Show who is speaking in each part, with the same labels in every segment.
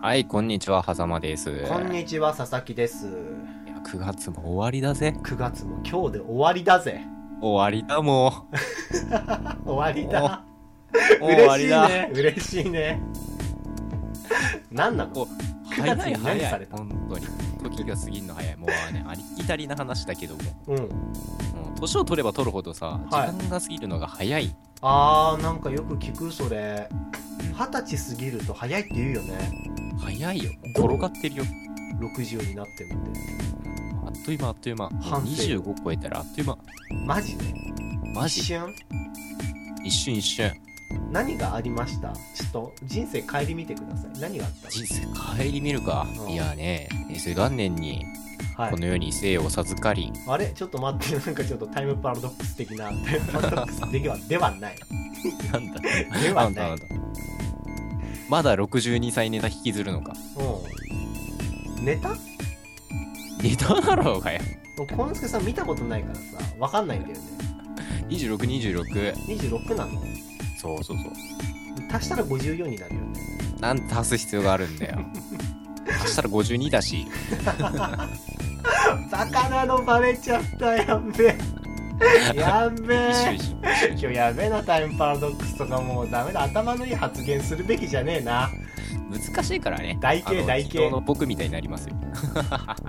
Speaker 1: はい、こんにちは、はざまです。い
Speaker 2: こんにちは佐々木です
Speaker 1: や9月も終わりだぜ。
Speaker 2: 9月も今日で終わりだぜ
Speaker 1: 終わりだ、も
Speaker 2: 終わりだ
Speaker 1: う。もう終わ
Speaker 2: 嬉し
Speaker 1: り
Speaker 2: い
Speaker 1: だ。
Speaker 2: ね嬉しいね何なの
Speaker 1: お
Speaker 2: 9月
Speaker 1: 早い
Speaker 2: に何
Speaker 1: 早
Speaker 2: さ
Speaker 1: い
Speaker 2: れ、た
Speaker 1: 本当に。時が過ぎるの早い。もうね、ありきたりな話だけども、
Speaker 2: うん
Speaker 1: もう年を取れば取るほどさ、時
Speaker 2: はい
Speaker 1: 間が過ぎるのが早い。
Speaker 2: あーなんかよく聞くそれ二十歳過ぎると早いって言うよね
Speaker 1: 早いよ。転がってるよ。
Speaker 2: 60になってみて
Speaker 1: あっという間、あっという間。もう
Speaker 2: 半生
Speaker 1: 25超えたらあっという間。
Speaker 2: マジで
Speaker 1: マ
Speaker 2: 一
Speaker 1: ジ
Speaker 2: 瞬
Speaker 1: 一瞬一瞬。
Speaker 2: 何がありましたちょっと人生顧みてください何があった
Speaker 1: 人生帰り見るか。
Speaker 2: うん
Speaker 1: いやね、平成元年に
Speaker 2: は
Speaker 1: こ
Speaker 2: い
Speaker 1: の世に生を授かり、
Speaker 2: あれちょっと待って なんかちょっとタイムパラドックス的なタイムパラドックスではではない
Speaker 1: なんだ
Speaker 2: ではな
Speaker 1: な
Speaker 2: い
Speaker 1: んだなんだまだ62歳ネタ引きずるのか
Speaker 2: うんネタ
Speaker 1: ネタだろうがよ
Speaker 2: コンスケさん見たことないからさわかんないんだよね
Speaker 1: 2626
Speaker 2: 26なの
Speaker 1: そうそうそう
Speaker 2: 足したら54になるよね
Speaker 1: なんて足す必要があるんだ よ足したら52だし
Speaker 2: バカなのバレちゃったやんべえやん べえ今日やべえなタイムパラドックスとかもうダメだ頭のいい発言するべきじゃねえな
Speaker 1: 難しいからね
Speaker 2: 台形
Speaker 1: あの
Speaker 2: 台形
Speaker 1: 昨日の僕みたいになりますよ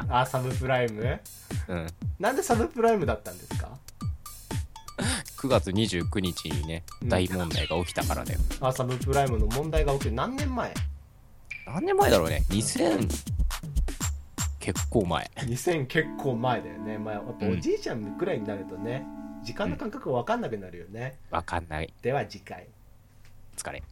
Speaker 2: あサブプライム
Speaker 1: うん
Speaker 2: なんでサブプライムだったんですか
Speaker 1: 9月29日にね
Speaker 2: うん
Speaker 1: 大問題が起きたからだよ
Speaker 2: あサブプライムの問題が起きる何年前
Speaker 1: 何年前だろうね2000結構前
Speaker 2: 2000結構前だよね、まあ、やっぱ
Speaker 1: うん
Speaker 2: おじいちゃんくらいになるとね時間の感覚わかんなくなるよね、
Speaker 1: わかんない
Speaker 2: では次回
Speaker 1: 疲れ